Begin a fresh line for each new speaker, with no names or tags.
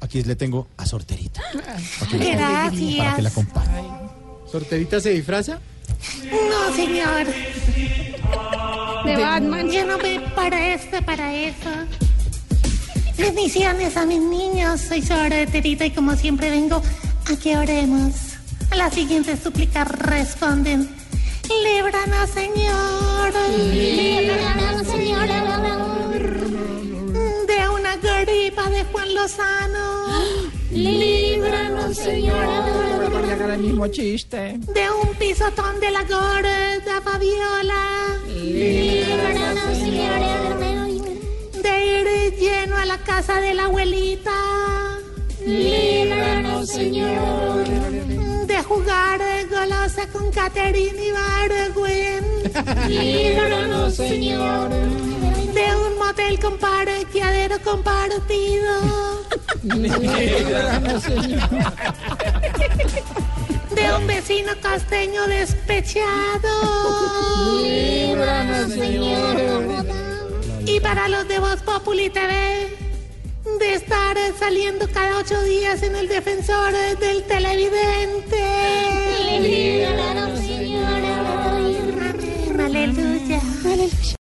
Aquí le tengo a Sorterita. Para que la- Para que la
Gracias.
acompañe. ¿Sorterita se disfraza?
No, señor. De Batman. Yo no voy para esto, para eso. Bendiciones a mis niños. Soy su hora de Terita y como siempre vengo a que oremos. A las siguientes súplicas responden. Líbranos, Señor. Líbranos, Señor. De una gripa de Juan Lozano. Líbranos, Señor de un pisotón de la gorda Fabiola. Líbranos, señores. De ir lleno a la casa de la abuelita. Líbranos, Señor. De jugar golosa con Caterina Ibargüen. Líbranos, Señor. De un motel con parqueadero compartido. de un vecino casteño despechado. Líbranos, Señor. Y para los de Voz Populi TV, de estar eh, saliendo cada ocho días en el defensor eh, del televidente. Líbranos, Señor. Aleluya. Aleluya.